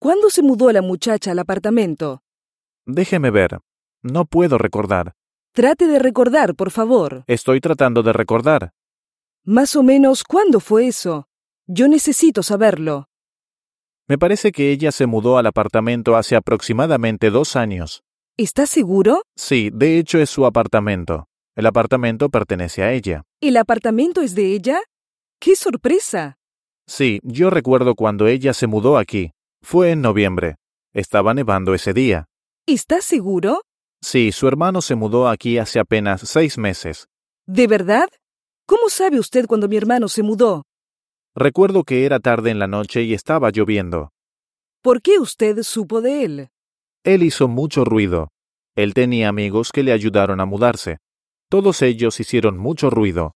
¿Cuándo se mudó la muchacha al apartamento? Déjeme ver. No puedo recordar. Trate de recordar, por favor. Estoy tratando de recordar. Más o menos, ¿cuándo fue eso? Yo necesito saberlo. Me parece que ella se mudó al apartamento hace aproximadamente dos años. ¿Estás seguro? Sí, de hecho es su apartamento. El apartamento pertenece a ella. ¿El apartamento es de ella? ¡Qué sorpresa! Sí, yo recuerdo cuando ella se mudó aquí. Fue en noviembre. Estaba nevando ese día. ¿Estás seguro? Sí, su hermano se mudó aquí hace apenas seis meses. ¿De verdad? ¿Cómo sabe usted cuando mi hermano se mudó? Recuerdo que era tarde en la noche y estaba lloviendo. ¿Por qué usted supo de él? Él hizo mucho ruido. Él tenía amigos que le ayudaron a mudarse. Todos ellos hicieron mucho ruido.